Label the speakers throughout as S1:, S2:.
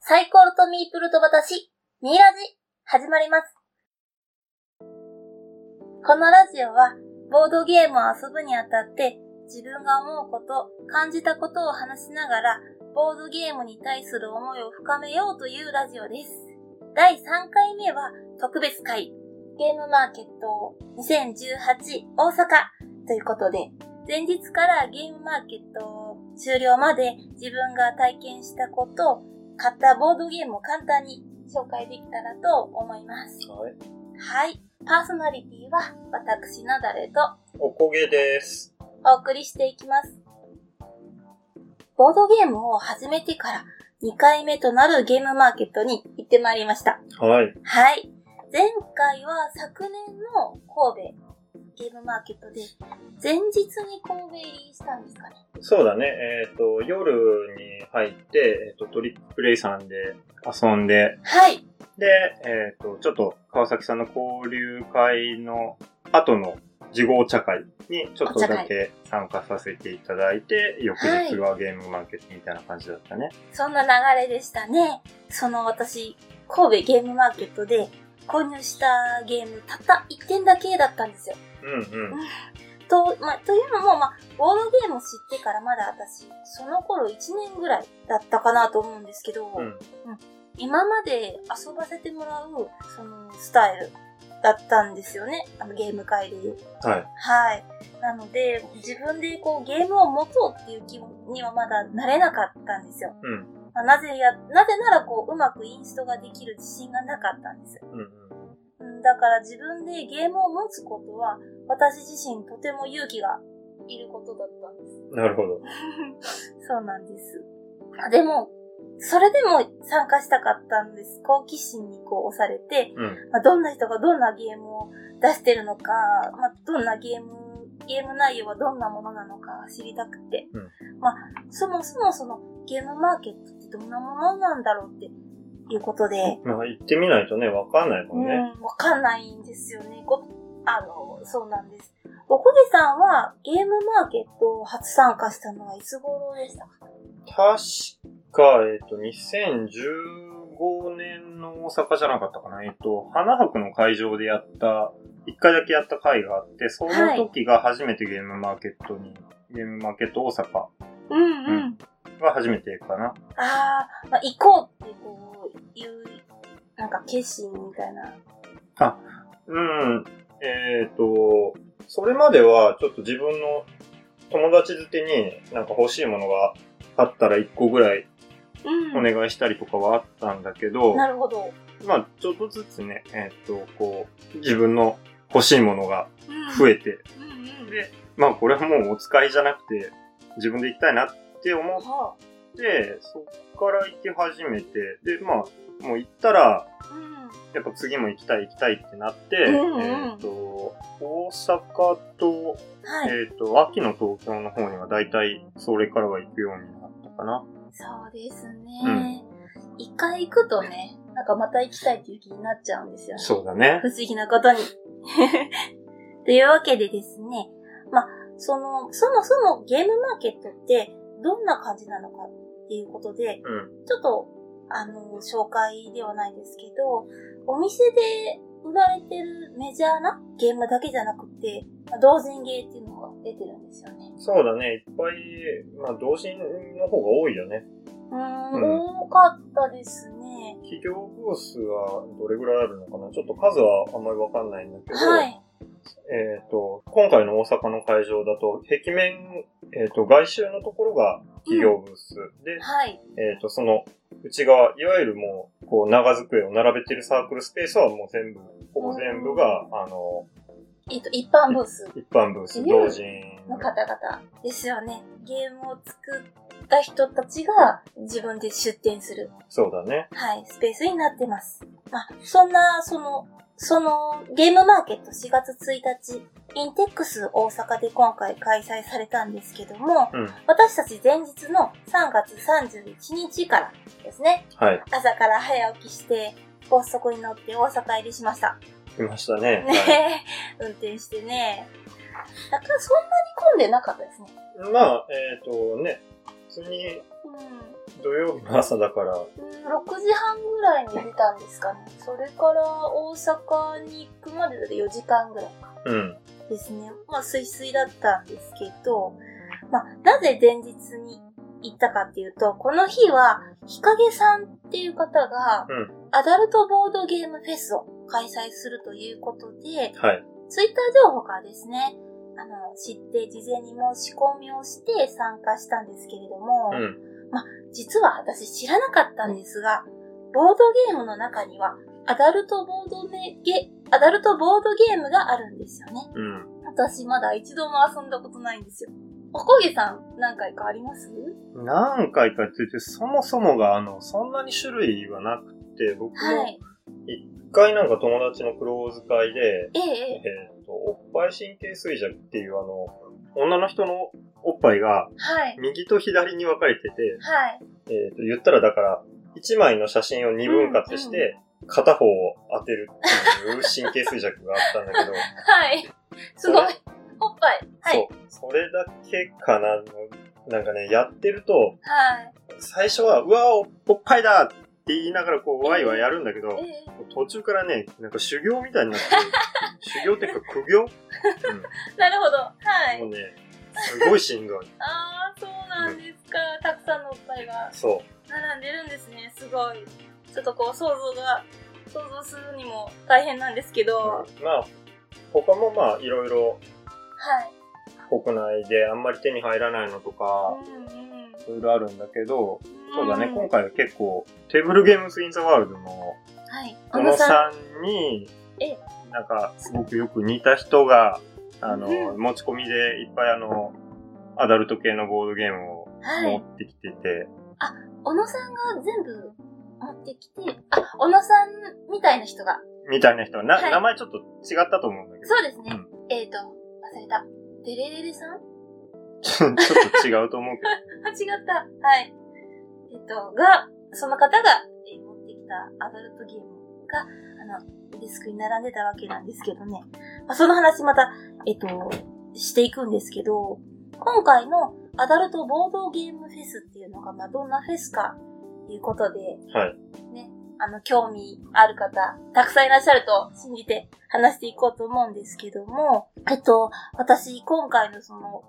S1: サイコロとミープルと私、ミイラジ、始まります。このラジオは、ボードゲームを遊ぶにあたって、自分が思うこと、感じたことを話しながら、ボードゲームに対する思いを深めようというラジオです。第3回目は、特別会、ゲームマーケット2018大阪ということで、前日からゲームマーケット終了まで自分が体験したこと、買ったボードゲームを簡単に紹介できたらと思います。
S2: は
S1: は
S2: い。
S1: い。パーソナリティは私なだれと
S2: おこげです。
S1: お送りしていきます。ボードゲームを始めてから2回目となるゲームマーケットに行ってまいりました。
S2: はい。
S1: はい。前回は昨年の神戸ゲームマーケットで、前日に神戸入りしたんですかね。
S2: そうだね。えっ、と、夜に入って、えっ、と、トリックプレイさんで遊んで、
S1: はい。
S2: で、えっ、と、ちょっと川崎さんの交流会の後の自合茶会にちょっとだけ参加させていただいて、翌日はゲームマーケットみたいな感じだったね。
S1: そんな流れでしたね。その私、神戸ゲームマーケットで購入したゲームたった1点だけだったんですよ。
S2: うんうん。
S1: と、まあ、というのも、まあ、ボードゲームを知ってからまだ私、その頃1年ぐらいだったかなと思うんですけど、
S2: うん。
S1: 今まで遊ばせてもらう、その、スタイルだったんですよね。あの、ゲーム会で。
S2: はい。
S1: はい。なので、自分でこう、ゲームを持とうっていう気にはまだなれなかったんですよ。
S2: うん。
S1: まあなぜや、なぜならこう、うまくインストができる自信がなかったんです。
S2: うんうん。
S1: うんだから自分でゲームを持つことは、私自身とても勇気がいることだったんです。
S2: なるほど。
S1: そうなんです。あでも、それでも参加したかったんです。好奇心にこう押されて、
S2: うん。
S1: まあ、どんな人がどんなゲームを出してるのか、まあ、どんなゲーム、ゲーム内容はどんなものなのか知りたくて。
S2: う
S1: まあ、そもそもそのゲームマーケットってどんなものなんだろうっていうことで、
S2: まあ、行ってみないとね、わかんないもんね。
S1: うん、わかんないんですよね。ご、あの、そうなんです。おこげさんはゲームマーケットを初参加したのはいつ頃でしたか
S2: 確か、えっ、と、2015年の大阪じゃなかったかな。えっ、と、花博の会場でやった、一回だけやった会があって、その時が初めてゲームマーケットに、ゲームマーケット大阪
S1: うん
S2: う。が初めてかな。
S1: ああ、まあ、行こうってこう、いう、なんか決心みたいな。
S2: うん。えっ、と、それまではちょっと自分の友達づてになんか欲しいものがあったら1個ぐらい
S1: うん
S2: お願いしたりとかはあったんだけど、
S1: なるほど。
S2: まあ、ちょっとずつね、えっ、と、こう、自分の欲しいものが増
S1: え
S2: えて、
S1: うんうん。
S2: で、まあ、これはもうお使いじゃなくて、自分で行きたいなって思っ
S1: は
S2: て、そっから行き始めて、で、まあ、もう行った
S1: あ、
S2: ら、
S1: うん。
S2: やっぱ次も行きたい行きたいってなって、
S1: うんうん
S2: えっ、と、大阪と、
S1: はい。
S2: えっ、と、秋の東京の方には大体、それからは行くようになったかな。
S1: そうです
S2: う
S1: ね。一、回行くとね、なんかまた行きたいっていう気になっちゃうんですよね。
S2: そうだね
S1: 不。思議なことに。 というわけでですね、まあ、その、そもそもゲームマーケットってどんな感じなのかっていうことで、
S2: うん。
S1: ちょっと、あの、紹介ではないですけど、お店で売られてるメジャーなゲームだけじゃなくて、まあ同人ゲーっていうのが出てるんですよね。
S2: そうだね。いっぱい、まあ、同心の方が多いよね。
S1: うーん、
S2: うん
S1: 多かったですね。
S2: 企業ブースはどれぐらいあるのかなちょっと数はあんまりわかんないんだけど、
S1: はい。
S2: えっ、と、今回の大阪の会場だと、壁面、えっ、と、外周のところが企業ブースで、
S1: はい。
S2: えっ、と、その内側、いわゆるもう、こう、長机を並べてるサークルスペースはもう全部、ほぼ全部が、あの、
S1: えっと、一般ブース
S2: 一般ブース、同人
S1: の方々ですよね。ゲームを作った人たちが自分で出展する、
S2: そうだね。
S1: はい、スペースになってます。まあ、そんな、その、そのゲームマーケット4月1日、インテックス大阪で今回開催されたんですけども、
S2: うん。
S1: 私たち前日の3月31日からですね、
S2: はい。
S1: 朝から早起きして、高速に乗って大阪入りしました。
S2: 来ましたね。はい
S1: ね、 運転してね。だからそんなに混んでなかったですね。
S2: まあ、えっ、とね、普通に
S1: うん。
S2: 土曜日の朝だから、
S1: 6時半ぐらいに出たんですかね。それから大阪に行くまでだと4時間ぐらいか
S2: うん。
S1: ですね。まあ、すいすいだったんですけど、まあ、なぜ前日に行ったかっていうと、この日は、日陰さんっていう方が
S2: うん、
S1: アダルトボードゲームフェスを開催するということで、
S2: はい。
S1: ツイッター情報からですね、あの、知って事前に申し込みをして参加したんですけれども、
S2: うん。
S1: 実は私知らなかったんですが、ボードゲームの中には、アダルトボードねゲ、アダルトボードゲームがあるんですよね。
S2: うん。
S1: 私まだ一度も遊んだことないんですよ。おこげさん、何回かあります
S2: 何回か言ってて、そもそもが、あの、そんなに種類はなくて、僕
S1: は
S2: も
S1: い。
S2: 一回なんか友達のクローズ会で、
S1: ええ、
S2: え
S1: ええ、
S2: っと、おっぱい神経衰弱っていうあの、女の人のおっぱいが
S1: はい。
S2: 右と左に分かれてて、
S1: はい。
S2: えっと、言ったらだから、一枚の写真を二分割して、片方を当てるっていう神経衰弱があったんだけど、
S1: はい。 すごい
S2: そ。
S1: おっぱい。はい。
S2: そう。それだけかな。なんかね、やってると、
S1: はい。
S2: 最初は、うわお、おっぱいだって言いながら、こう、ワイワイやるんだけど
S1: え、え、
S2: 途中からね、なんか修行みたいになって、 修行っていうか苦行、
S1: なるほど。は
S2: うん、も
S1: い。
S2: うね、すごいしんどい。
S1: ああ、そうなんですか。たくさんのおっぱいが
S2: そ
S1: 並んでるんですね。すごい。ちょっとこう、想像が、想像するにも大変なんですけ
S2: う。
S1: ど。
S2: まあ、他もまあ、いろいろ
S1: はい。
S2: 国内であんまり手に入らないのとか、
S1: うんうん。
S2: いろいろあるんだけど、そうだね、
S1: ん
S2: 今回は結構、テーブルゲームスインザワールドの
S1: はい。小
S2: 小野
S1: 野さん。
S2: さんに
S1: え、
S2: なんか、すごくよく似た人が、あの、
S1: う
S2: 持ち込みでいっぱいあの、アダルト系のボードゲームを
S1: は
S2: 持
S1: い。
S2: ってきてて、
S1: 小野さんが全部持ってきて、あ、小野さんみたいな人が。
S2: みたいな人は、な、
S1: はい
S2: 名前ちょっと違ったと思うんだ けど
S1: そうですね。
S2: うん
S1: えっ、ー、と、忘れた。デレレレさんあ、
S2: ちょ、ちょっと違うと思うけ
S1: 違った。はい。えっ、と、が、その方が、えー持ってきたアダルトゲームが、あの、デスクに並んでたわけなんですけどね。まあ、その話また、えっ、と、していくんですけど、今回のアダルトボードゲームフェスっていうのが、まあ、どんなフェスか、ということで、
S2: ど。はい。
S1: あの、興味ある方、たくさんいらっしゃると信じて話していこうと思うんですけども、えっと、私、今回のその、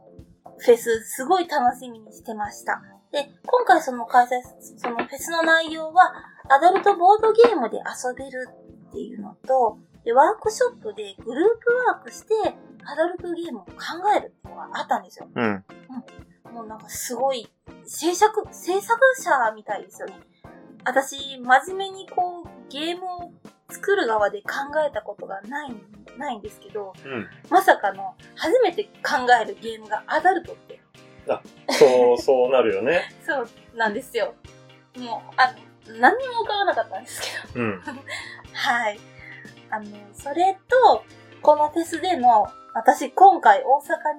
S1: フェス、すごい楽しみにしてました。で、今回その開催、そのフェスの内容は、アダルトボードゲームで遊べるっていうのと、で、ワークショップでグループワークして、アダルトゲームを考えるっていうのがあったんですよ。
S2: うん。
S1: もうなんかすごい、制作、制作者みたいですよね。私、真面目にこう、ゲームを作る側で考えたことがない、ないんですけど、
S2: うん。
S1: まさかの、初めて考えるゲームがアダルトって、
S2: そう、そうなるよね。
S1: そうなんですよ。もう、あの、何にも浮かばなかったんですけど。
S2: うん。
S1: はい。あの、それと、このフェスでの、私今回大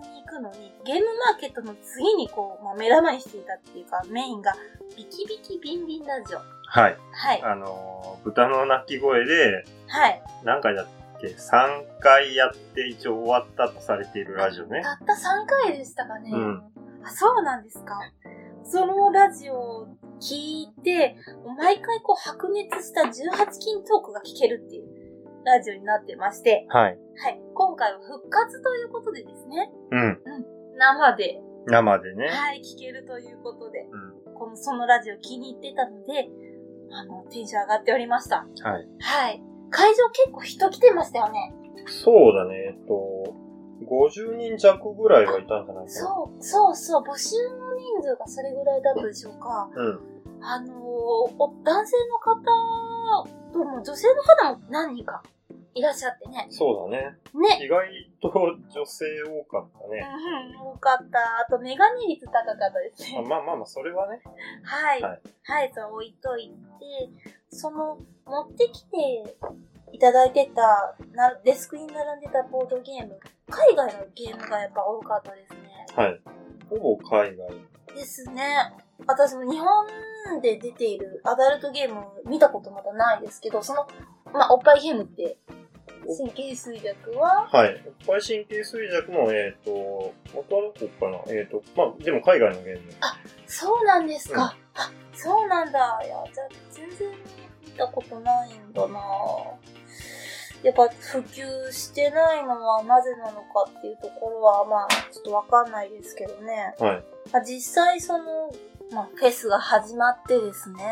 S1: 阪に行くのに、ゲームマーケットの次にこう、まあ、目玉にしていたっていうか、メインが、ビキビキビンビンラジオ。
S2: はい。
S1: はい。
S2: あのー、豚の鳴き声で、
S1: はい。
S2: 何回だっけ ?3 回やって一応終わったとされているラジオね。
S1: たった3回でしたかね。
S2: うん
S1: あ、そうなんですか。そのラジオを聞いて、毎回こう白熱した18金トークが聞けるっていうラジオになってまして、
S2: はい。
S1: はい。今回は復活ということでですね、
S2: うん。
S1: 生で
S2: 生でね。
S1: はい、聞けるということで、
S2: うん。
S1: このそのラジオ気に入ってたので、あの、テンション上がっておりました。
S2: はい。
S1: はい。会場結構人来てましたよね。
S2: そうだね、えっと、50人弱ぐらいはいたんじゃないかな。
S1: そう、そうそう、募集の人数がそれぐらいだったでしょうか。
S2: うん。
S1: あのーお男性の方とも女性の方も何人かいらっしゃってね。
S2: そうだね。
S1: ね。
S2: 意外と女性多かった
S1: う
S2: ね。
S1: んうん、多かった。あと、メガネ率高かったですね。
S2: まあまあまあ、それはね。
S1: はい。
S2: はい
S1: はい、と置いといて、その、持ってきていただいてた、なデスクに並んでたボードゲーム、海外のゲームがやっぱ多かったですね。
S2: はい。ほぼ海外。
S1: ですね。私も日本で出ているアダルトゲーム見たことまだないですけど、その、まあ、おっぱいゲームって、神経衰弱は
S2: はい。おっぱい神経衰弱も、えっ、と、元はどこかなえっ、と、まあ、でも海外のゲーム。
S1: そうなんですか。そうなんだ。いや、じゃあ全然見たことないんだなやっぱ普及してないのはなぜなのかっていうところは、まあ、ちょっとわかんないですけどね。
S2: はい。
S1: まあ、実際その、まあ、フェスが始まってですね。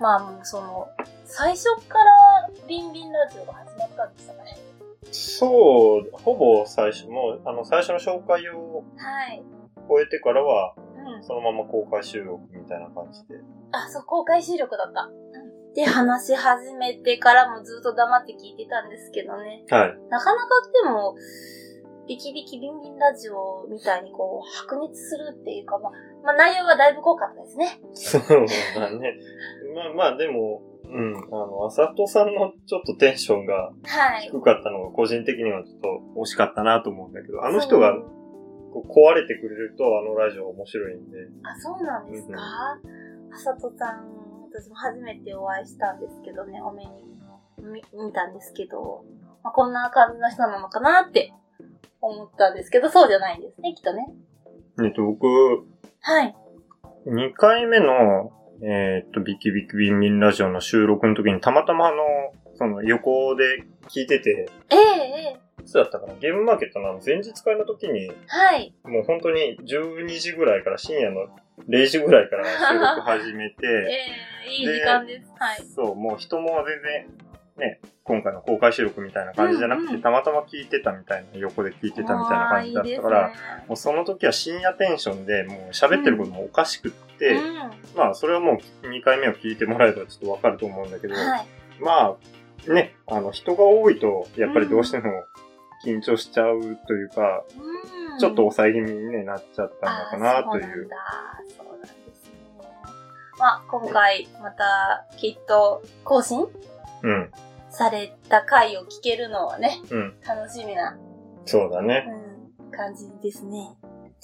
S1: まあ、もうその、最初からビンビンラジオが始まったんですよね。
S2: そう、ほぼ最初、もう、あの、最初の紹介を
S1: はい。
S2: 終えてからは、
S1: うん。
S2: そのまま公開収録みたいな感じで。
S1: あ、そう、公開収録だった。で、話し始めてからもずっと黙って聞いてたんですけどね。
S2: はい。
S1: なかなかでも、ビキビキビンビンラジオみたいにこう、白熱するっていうか、まあ、まあ内容はだいぶ濃かったですね。
S2: そうだね。まあまあ、でも、うん、あの、あさとさんのちょっとテンションが
S1: はい。
S2: 低かったのが個人的にはちょっと惜しかったなと思うんだけど、あの人がこう壊れてくれるとあのラジオ面白いんで、
S1: あ、そうなんですか。あさとさん、私も初めてお会いしたんですけどね、お目に見見たんですけど、まあ、こんな感じの人なのかなって思ったんですけど、そうじゃないんですね、きっとね。
S2: えっと、僕、
S1: はい。
S2: 2回目の、えーっと、ビキビキビンビンラジオの収録の時にたまたまあの、その横で聞いてて、
S1: ええええ
S2: いつだったかなゲームマーケットの前日会の時に、
S1: はい。
S2: もう本当に12時ぐらいから、深夜の0時ぐらいから収録始め
S1: え
S2: て、
S1: えいい時間です。はい。
S2: そう、もう人も全然、ね、今回の公開収録みたいな感じじゃなくて、
S1: うんうん
S2: たまたま聞いてたみたいな、横で聞いてたみたいな感じだったから、
S1: あーいいですね
S2: もうその時は深夜テンションで、もう喋ってることもおかしくって、
S1: うん
S2: まあ、それはもう2回目を聞いてもらえばちょっとわかると思うんだけど、
S1: はい。
S2: まあ、ね、あの、人が多いと、やっぱりどうしても緊張しちゃうというか、
S1: うん
S2: ちょっと抑え気味に、ね、なっちゃったのかなと
S1: あーそうなん
S2: いう。
S1: だ。そうなんですね。まあ、今回、また、きっと、更新
S2: うん、
S1: された回を聞けるのはね、
S2: うん。
S1: 楽しみな、
S2: そうだね。
S1: うん、感じですね。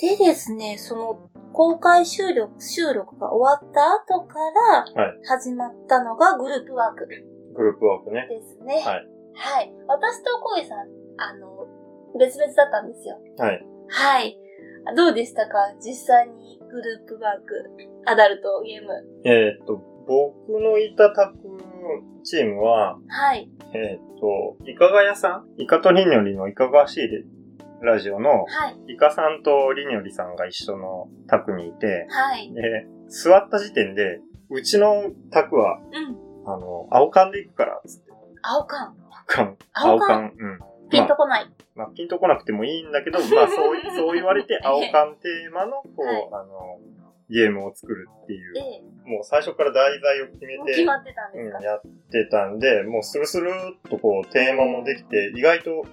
S1: でですね、その、公開収録、収録が終わった後から、
S2: はい
S1: 始まったのがグループワークで
S2: グループワークね。
S1: すね。
S2: はい。
S1: はい。私と小井さん、あの、別々だったんですよ。
S2: はい。
S1: はい。どうでしたか実際にグループワーク、アダルトゲーム。
S2: えーっと、僕のいた宅チームは、
S1: はい。
S2: えーっと、イカガ屋さんイカとリニョリのイカガシーレラジオ
S1: は
S2: の、
S1: い。
S2: イカさんとリニョリさんが一緒の宅にいて、
S1: はい。
S2: で、座った時点で、うちの宅は、
S1: うん。
S2: あの、青缶で行くから、つって。
S1: 青缶。
S2: 青缶。
S1: 青缶
S2: うん。
S1: ピンとこない。
S2: まあ、ピンとこなくてもいいんだ けど、まあ、そうい、そう言われて、青缶テーマの、こう、
S1: はい
S2: あの、ゲームを作るってい
S1: え
S2: う、
S1: え。
S2: もう最初から題材を決め
S1: もう
S2: て、
S1: 決まってたんです
S2: う
S1: か
S2: ん、やってたんで、もうスルスルっとこう、テーマもできて、意外と、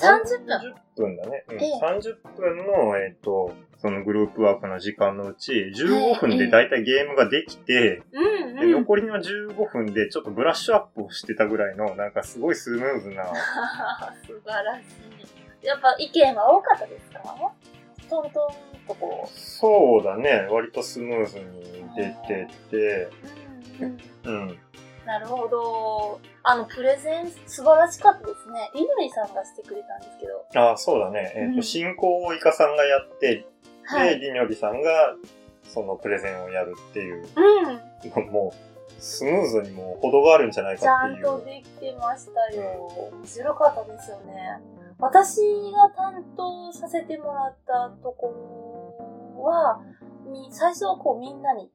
S1: ?30 分。
S2: 30分だね。うん、
S1: ええ
S2: 30分の、えっ、と、そのグループワークの時間のうち、15分でだいたいゲームができて、
S1: うん
S2: で
S1: うん。
S2: 残りの15分でちょっとブラッシュアップをしてたぐらいの、なんかすごいスムーズな、
S1: 素晴らしい。やっぱ意見は多かったですかトントンとこ
S2: そうだね、割とスムーズに出てて、
S1: う。うんうん。
S2: うん。
S1: なるほど。あの、プレゼン素晴らしかったですね。りのりさんがしてくれたんですけど。
S2: あそうだね、え
S1: う
S2: っ、
S1: ん
S2: と、進行をイカさんがやって、
S1: は
S2: で、
S1: い。
S2: りにょりさんが、そのプレゼンをやるっていう、
S1: うん。
S2: もう、スムーズにもう程があるんじゃない
S1: ち
S2: か
S1: ゃ
S2: って
S1: ん
S2: いう。
S1: とできてましたよ。面白かったですよね。私が担当させてもらったところは、み最初はこうみんなに、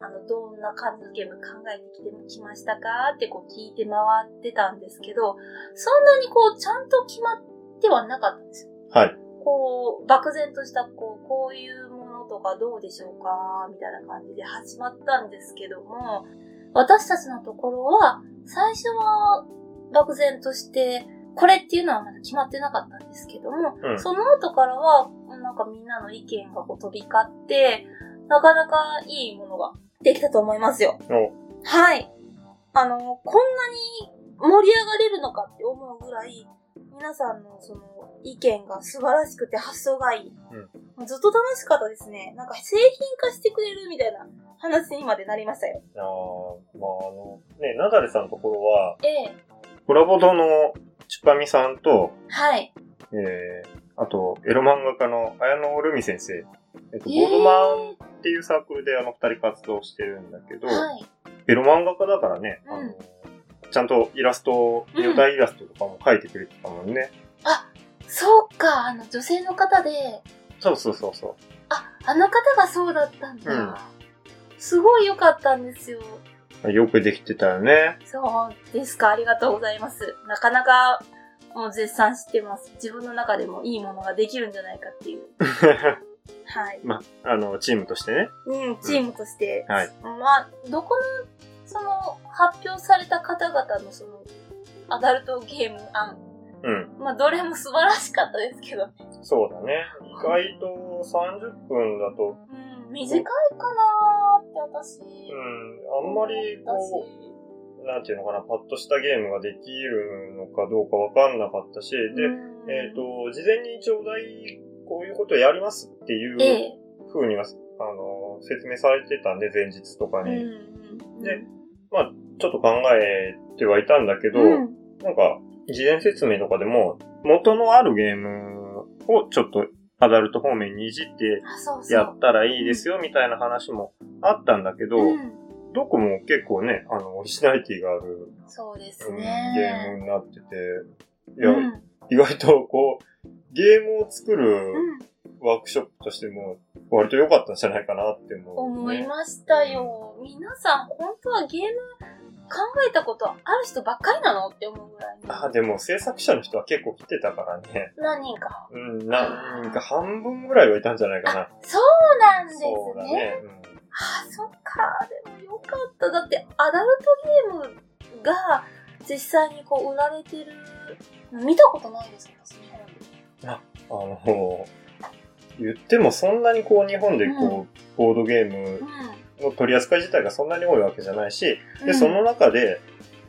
S1: あの、どんな感じのゲーム考えてきてきましたかってこう聞いて回ってたんですけど、そんなにこうちゃんと決まってはなかったんですよ。
S2: はい。
S1: こう、漠然とした、こう、こういうものとかどうでしょうかみたいな感じで始まったんですけども、私たちのところは、最初は漠然として、これっていうのはまだ決まってなかったんですけども、
S2: うん
S1: その後からは、なんかみんなの意見がこう飛び交って、なかなかいいものができたと思いますよ。
S2: お
S1: はい。あの、こんなに盛り上がれるのかって思うぐらい、皆さんのその意見が素晴らしくて発想がいい。ずっと楽しかったですね。なんか製品化してくれるみたいな話にまでなりましたよ。
S2: あーまああの、ね、ナダレさんのところは、
S1: ええ。
S2: コラボ堂のチュパミさんと、
S1: はい。
S2: えー、あと、エロ漫画家の綾野ルミ先生、えっと、
S1: え
S2: ボードマンっていうサークルであの二人活動してるんだけど、
S1: はい。
S2: ベロ漫画家だからね、あの、ちゃんとイラスト、
S1: うん
S2: 女体イラストとかも描いてくれてたもんね。
S1: そうか、あの、女性の方で、
S2: そうそうそうそう。
S1: あ、あの方がそうだったんだ。
S2: うん
S1: すごい良かったんですよ。
S2: よくできてたよね。
S1: そうですか、ありがとうございます。なかなか、もう絶賛してます。自分の中でもいいものができるんじゃないかっていう。はい。
S2: ま、あの、チームとしてね。
S1: うん、チームとして。
S2: はい
S1: まあ、どこの、その、発表された方々のその、アダルトゲーム案。
S2: うん。
S1: まあ、どれも素晴らしかったですけど。
S2: そうだね。意外と30分だと、
S1: うん、短いかなーって私。
S2: うん、あんまりこ
S1: 私
S2: う、なんていうのかな、パッとしたゲームができるのかどうかわかんなかったし、で、
S1: うん
S2: えっ、と、事前にちょうだい、こういうことやりますっていう
S1: ええ。
S2: 風には、あの、説明されてたんで、前日とか
S1: うん
S2: に。
S1: うんうん。
S2: でちょっと考えてはいたんだけど、
S1: うん、
S2: なんか、事前説明とかでも、元のあるゲームをちょっとアダルト方面にいじって
S1: あ、そうそう。
S2: やったらいいですよみたいな話もあったんだけど、
S1: うん、
S2: どこも結構ね、あの、オリジナリティがある、
S1: そうです
S2: うんゲーム
S1: ね。
S2: になってて、いや、
S1: うん
S2: 意外とこう、ゲームを作る
S1: うん
S2: ワークショップとしても、割と良かったんじゃないかなって思う、
S1: 思いましたよ。皆さん、本当はゲーム考えたことある人ばっかりなのって思うぐらいに。
S2: あ、でも制作者の人は結構来てたからね。
S1: 何人か。
S2: うん、なんか半分ぐらいはいたんじゃないかな。
S1: そうなんですね。
S2: そうだね。
S1: あ、そっか。でもよかった。だって、アダルトゲームが実際にこう売られてるの見たことないですもん、私日本で
S2: うん、あの、言ってもそんなにこう日本でこう、ボードゲームの取り扱い自体がそんなに多いわけじゃないし、
S1: うん。う
S2: で、
S1: ん
S2: その、中で、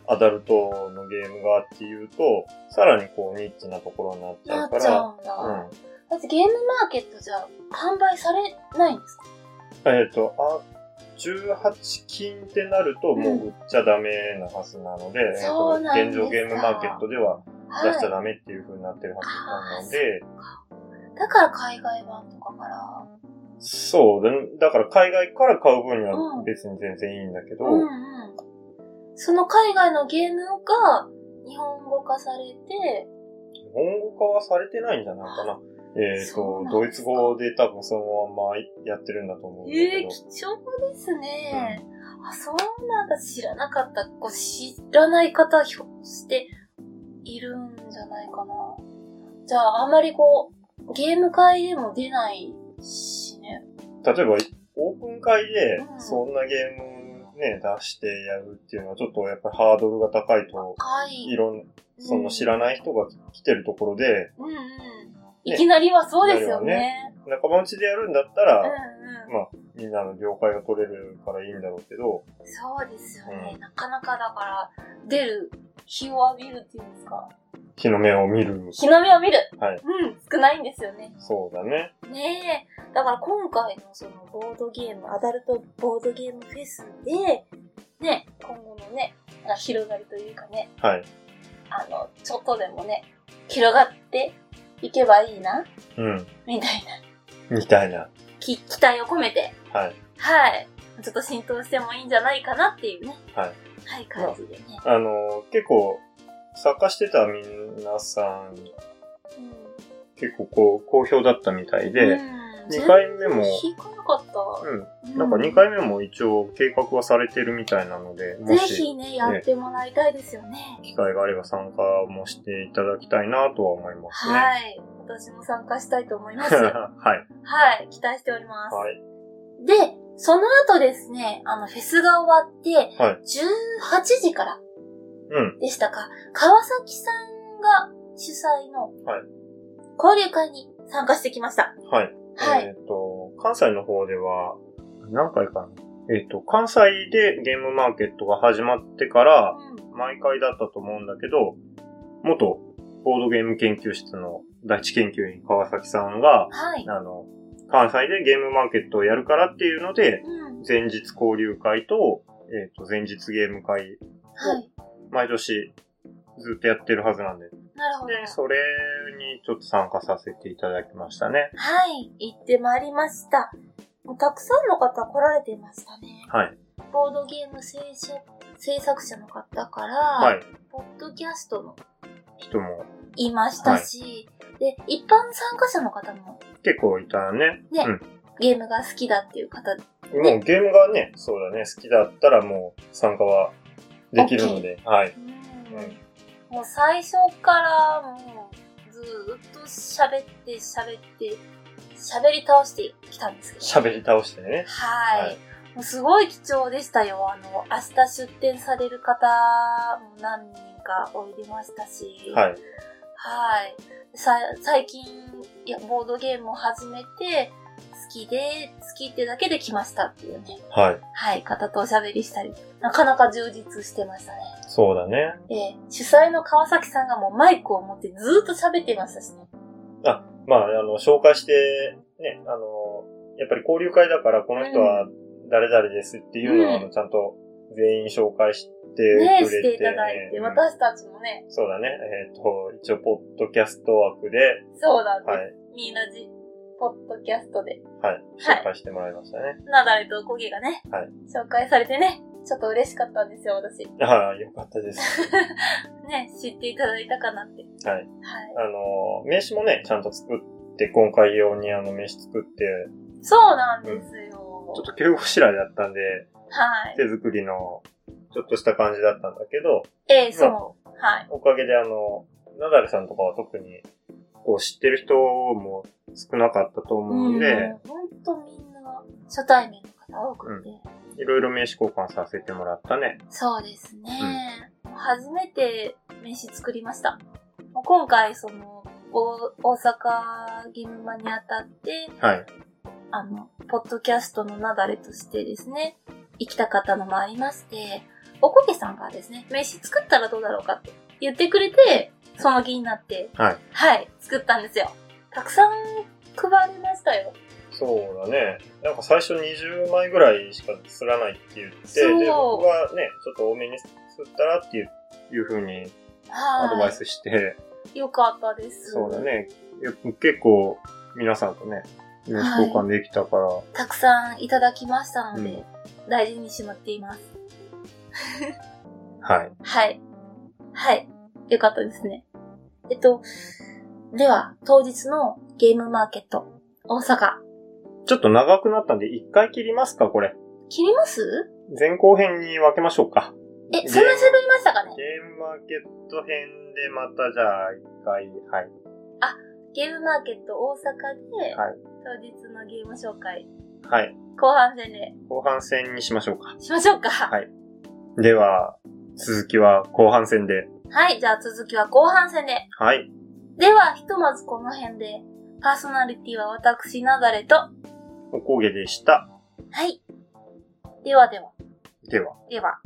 S2: アダルトのゲームがっていうと、さらにこうニッチなところになっちゃ
S1: な
S2: うか
S1: っちゃ
S2: ら、
S1: うんだ。
S2: うん。
S1: だってゲームマーケットじゃ販売されないんですか
S2: えっ、と、あ、18金ってなるともう売っちゃダメなはずなので、えーと
S1: そうなんですか
S2: 現状ゲームマーケットでは
S1: は
S2: 出
S1: い
S2: しちゃダメっていう風になってるはずなので、
S1: だから海外版とかから。
S2: そうだ、ね、だから海外から買う分に
S1: う
S2: は
S1: ん
S2: 別に全然いいんだけど、
S1: うんうん。その海外のゲームが日本語化されて、
S2: 日本語化はされてないんじゃないかな。えっ、
S1: そうなん、
S2: と
S1: だ
S2: ドイツ語で多分そのままやってるんだと思うんだ
S1: え
S2: け
S1: え
S2: ど。
S1: 貴重ですね。あ、そうなんだ。知らなかった。こう知らない方、ひょっとしているんじゃないかな。じゃあ、あんまりこう、ゲーム会でも出ないしね。
S2: 例えば、オープン会で
S1: うん
S2: そんなゲームね、出してやるっていうのはちょっとやっぱりハードルが高いと、
S1: はい。
S2: いろんな、その知ら
S1: い。
S2: ない人が来てるところで、
S1: うんうん。いきなりはそうですよね。
S2: 仲間内でやるんだった
S1: うん
S2: ら、
S1: うん。
S2: みんなの了解が取れるからいいんだろうけど、
S1: そうですよね。
S2: うん
S1: なかなかだから、出る、日を浴びるっていうんですか。
S2: 日の目を見る。
S1: 日の目を見る。
S2: はい
S1: うん、少ないんですよね。
S2: そうだね。
S1: ねえ。だから今回のそのボードゲーム、アダルトボードゲームフェスで、ね、今後のね、なんか広がりというかね、
S2: はい。
S1: あの、ちょっとでもね、広がっていけばいいな、
S2: うん。
S1: みたいな、
S2: みたいな。
S1: き期待を込めて、
S2: はい。
S1: はい。ちょっと浸透してもいいんじゃないかなっていうね。
S2: はい。
S1: はい、感じでね。
S2: あの、結構、参加してた皆さん、結構こう、好評だったみたい
S1: うん、
S2: で、
S1: うん
S2: 2回目も、
S1: 引かなかった。
S2: う
S1: うん
S2: ん、なんか2回目も一応計画はされてるみたいなので、も
S1: ぜ
S2: し
S1: ひね、やってもらいたいですよね。
S2: 機会があれば参加もしていただきたいなとは思いますね。
S1: はい。私も参加したいと思 います。は
S2: はい。
S1: い。期待しております。
S2: はい。
S1: で、その後ですね、あの、フェスが終わって、
S2: はい
S1: 18時から
S2: うん。
S1: でしたか、川崎さんが主催の
S2: はい
S1: 交流会に参加してきました。
S2: はい。
S1: はい
S2: えっ、と、関西の方では、何回かな。えっ、と、関西でゲームマーケットが始まってから、
S1: うん
S2: 毎回だったと思うんだけど、元ボードゲーム研究室の第一研究員川崎さんが、
S1: はい。
S2: あの、関西でゲームマーケットをやるからっていうので、
S1: うん。
S2: 前日交流会と、えっ、と、前日ゲーム会、
S1: はい。
S2: 毎年ずっとやってるはずなんで、
S1: なるほど。
S2: で、それにちょっと参加させていただきましたね。
S1: はい、行ってまいりました。たくさんの方来られてましたね。
S2: はい。
S1: ボードゲーム制作制作者の方から、
S2: はい。
S1: ポッドキャストの
S2: 人も
S1: いましたし、で、一般参加者の方も
S2: 結構いたね。
S1: ゲームが好きだっていう方、
S2: もうゲームがね、そうだね、好きだったらもう参加はできるので、はい。ん
S1: もう最初からもうずーっと喋って喋って、喋り倒してきたんですけど。
S2: 喋り倒してね。
S1: はい。
S2: はい
S1: もうすごい貴重でしたよ。あの、明日出店される方も何人かおいでましたし。
S2: はい。
S1: はい。さ、最近、いや、ボードゲームを始めて、好きで、好きってだけで来ましたっていうね。
S2: はい。
S1: はい。方とおしゃべりしたり。なかなか充実してましたね。
S2: そうだね。
S1: ええ主催の川崎さんがもうマイクを持ってずーっと喋ってましたしね。
S2: まあ、あの、紹介して、ね、あの、やっぱり交流会だから、この人は誰々ですっていうのを、
S1: うん
S2: あのちゃんと全員紹介してく
S1: ね
S2: れて。
S1: していただいて、
S2: うん
S1: 私たちもね、
S2: そうだね。えっ、と、一応、ポッドキャスト枠で、
S1: そうなんで
S2: は
S1: す。
S2: い、
S1: みんなじ、ポッドキャストで、
S2: はい、
S1: はい
S2: 紹介してもらいましたね。
S1: なだれとおこげがね、
S2: はい
S1: 紹介されてね、ちょっと嬉しかったんですよ、私。
S2: ああ、よかっ たです。
S1: ね、知っていただいたかなって。
S2: はい。
S1: はい。
S2: あの、名刺もね、ちゃんと作って、今回用にあの、名刺作って、
S1: そうなんですよ。
S2: ちょっと急ごしらえだったんで、
S1: はい。
S2: 手作りの、ちょっとした感じだったんだけど、
S1: ええそう。はい。
S2: おかげであの、ナダルさんとかは特に、こう、知ってる人も少なかったと思うんで、
S1: ほんとみんな、初対面の方多くて。
S2: いろいろ名刺交換させてもらったね。
S1: そうですね。初めて飯作りました。もう今回、その、お大阪ゲームマにあたって、
S2: はい。
S1: あの、ポッドキャストのなだれとしてですね、生きた方のもありまして、おこげさんがですね、飯作ったらどうだろうかって言ってくれて、その気になって、
S2: はい。
S1: はい、作ったんですよ。たくさん配りましたよ。
S2: そうだね。なんか最初20枚ぐらいしかすらないって言って、
S1: そう
S2: で、僕がね、ちょっと多めにすったらっていう、いう風にアドバイ
S1: は
S2: スして、
S1: い。よかったです。
S2: そうだね。いや結構、皆さんとね、名刺交換できたから、
S1: たくさんいただきましたので、大事にしまっています。
S2: はい。
S1: はい。はい。よかったですね。えっと、では、当日のゲームマーケット、大阪、
S2: ちょっと長くなったんで、一回切りますか、これ。
S1: 切ります
S2: 前後編に分けましょうか。
S1: え、そんな喋りましたかね
S2: ゲームマーケット編でまたじゃあ一回、はい。
S1: ゲームマーケット大阪で、
S2: はい
S1: 当日のゲーム紹介、
S2: はい。
S1: 後半戦で
S2: 後半戦にしましょうか。
S1: しましょうか。
S2: は
S1: はい
S2: では、続きは後半戦で。
S1: い。じゃあ続きは後半戦で。
S2: はい。
S1: では、ひとまずこの辺で、パーソナリティは私、なだれと。は
S2: おこげでした。
S1: い。ではでは、
S2: では。
S1: では。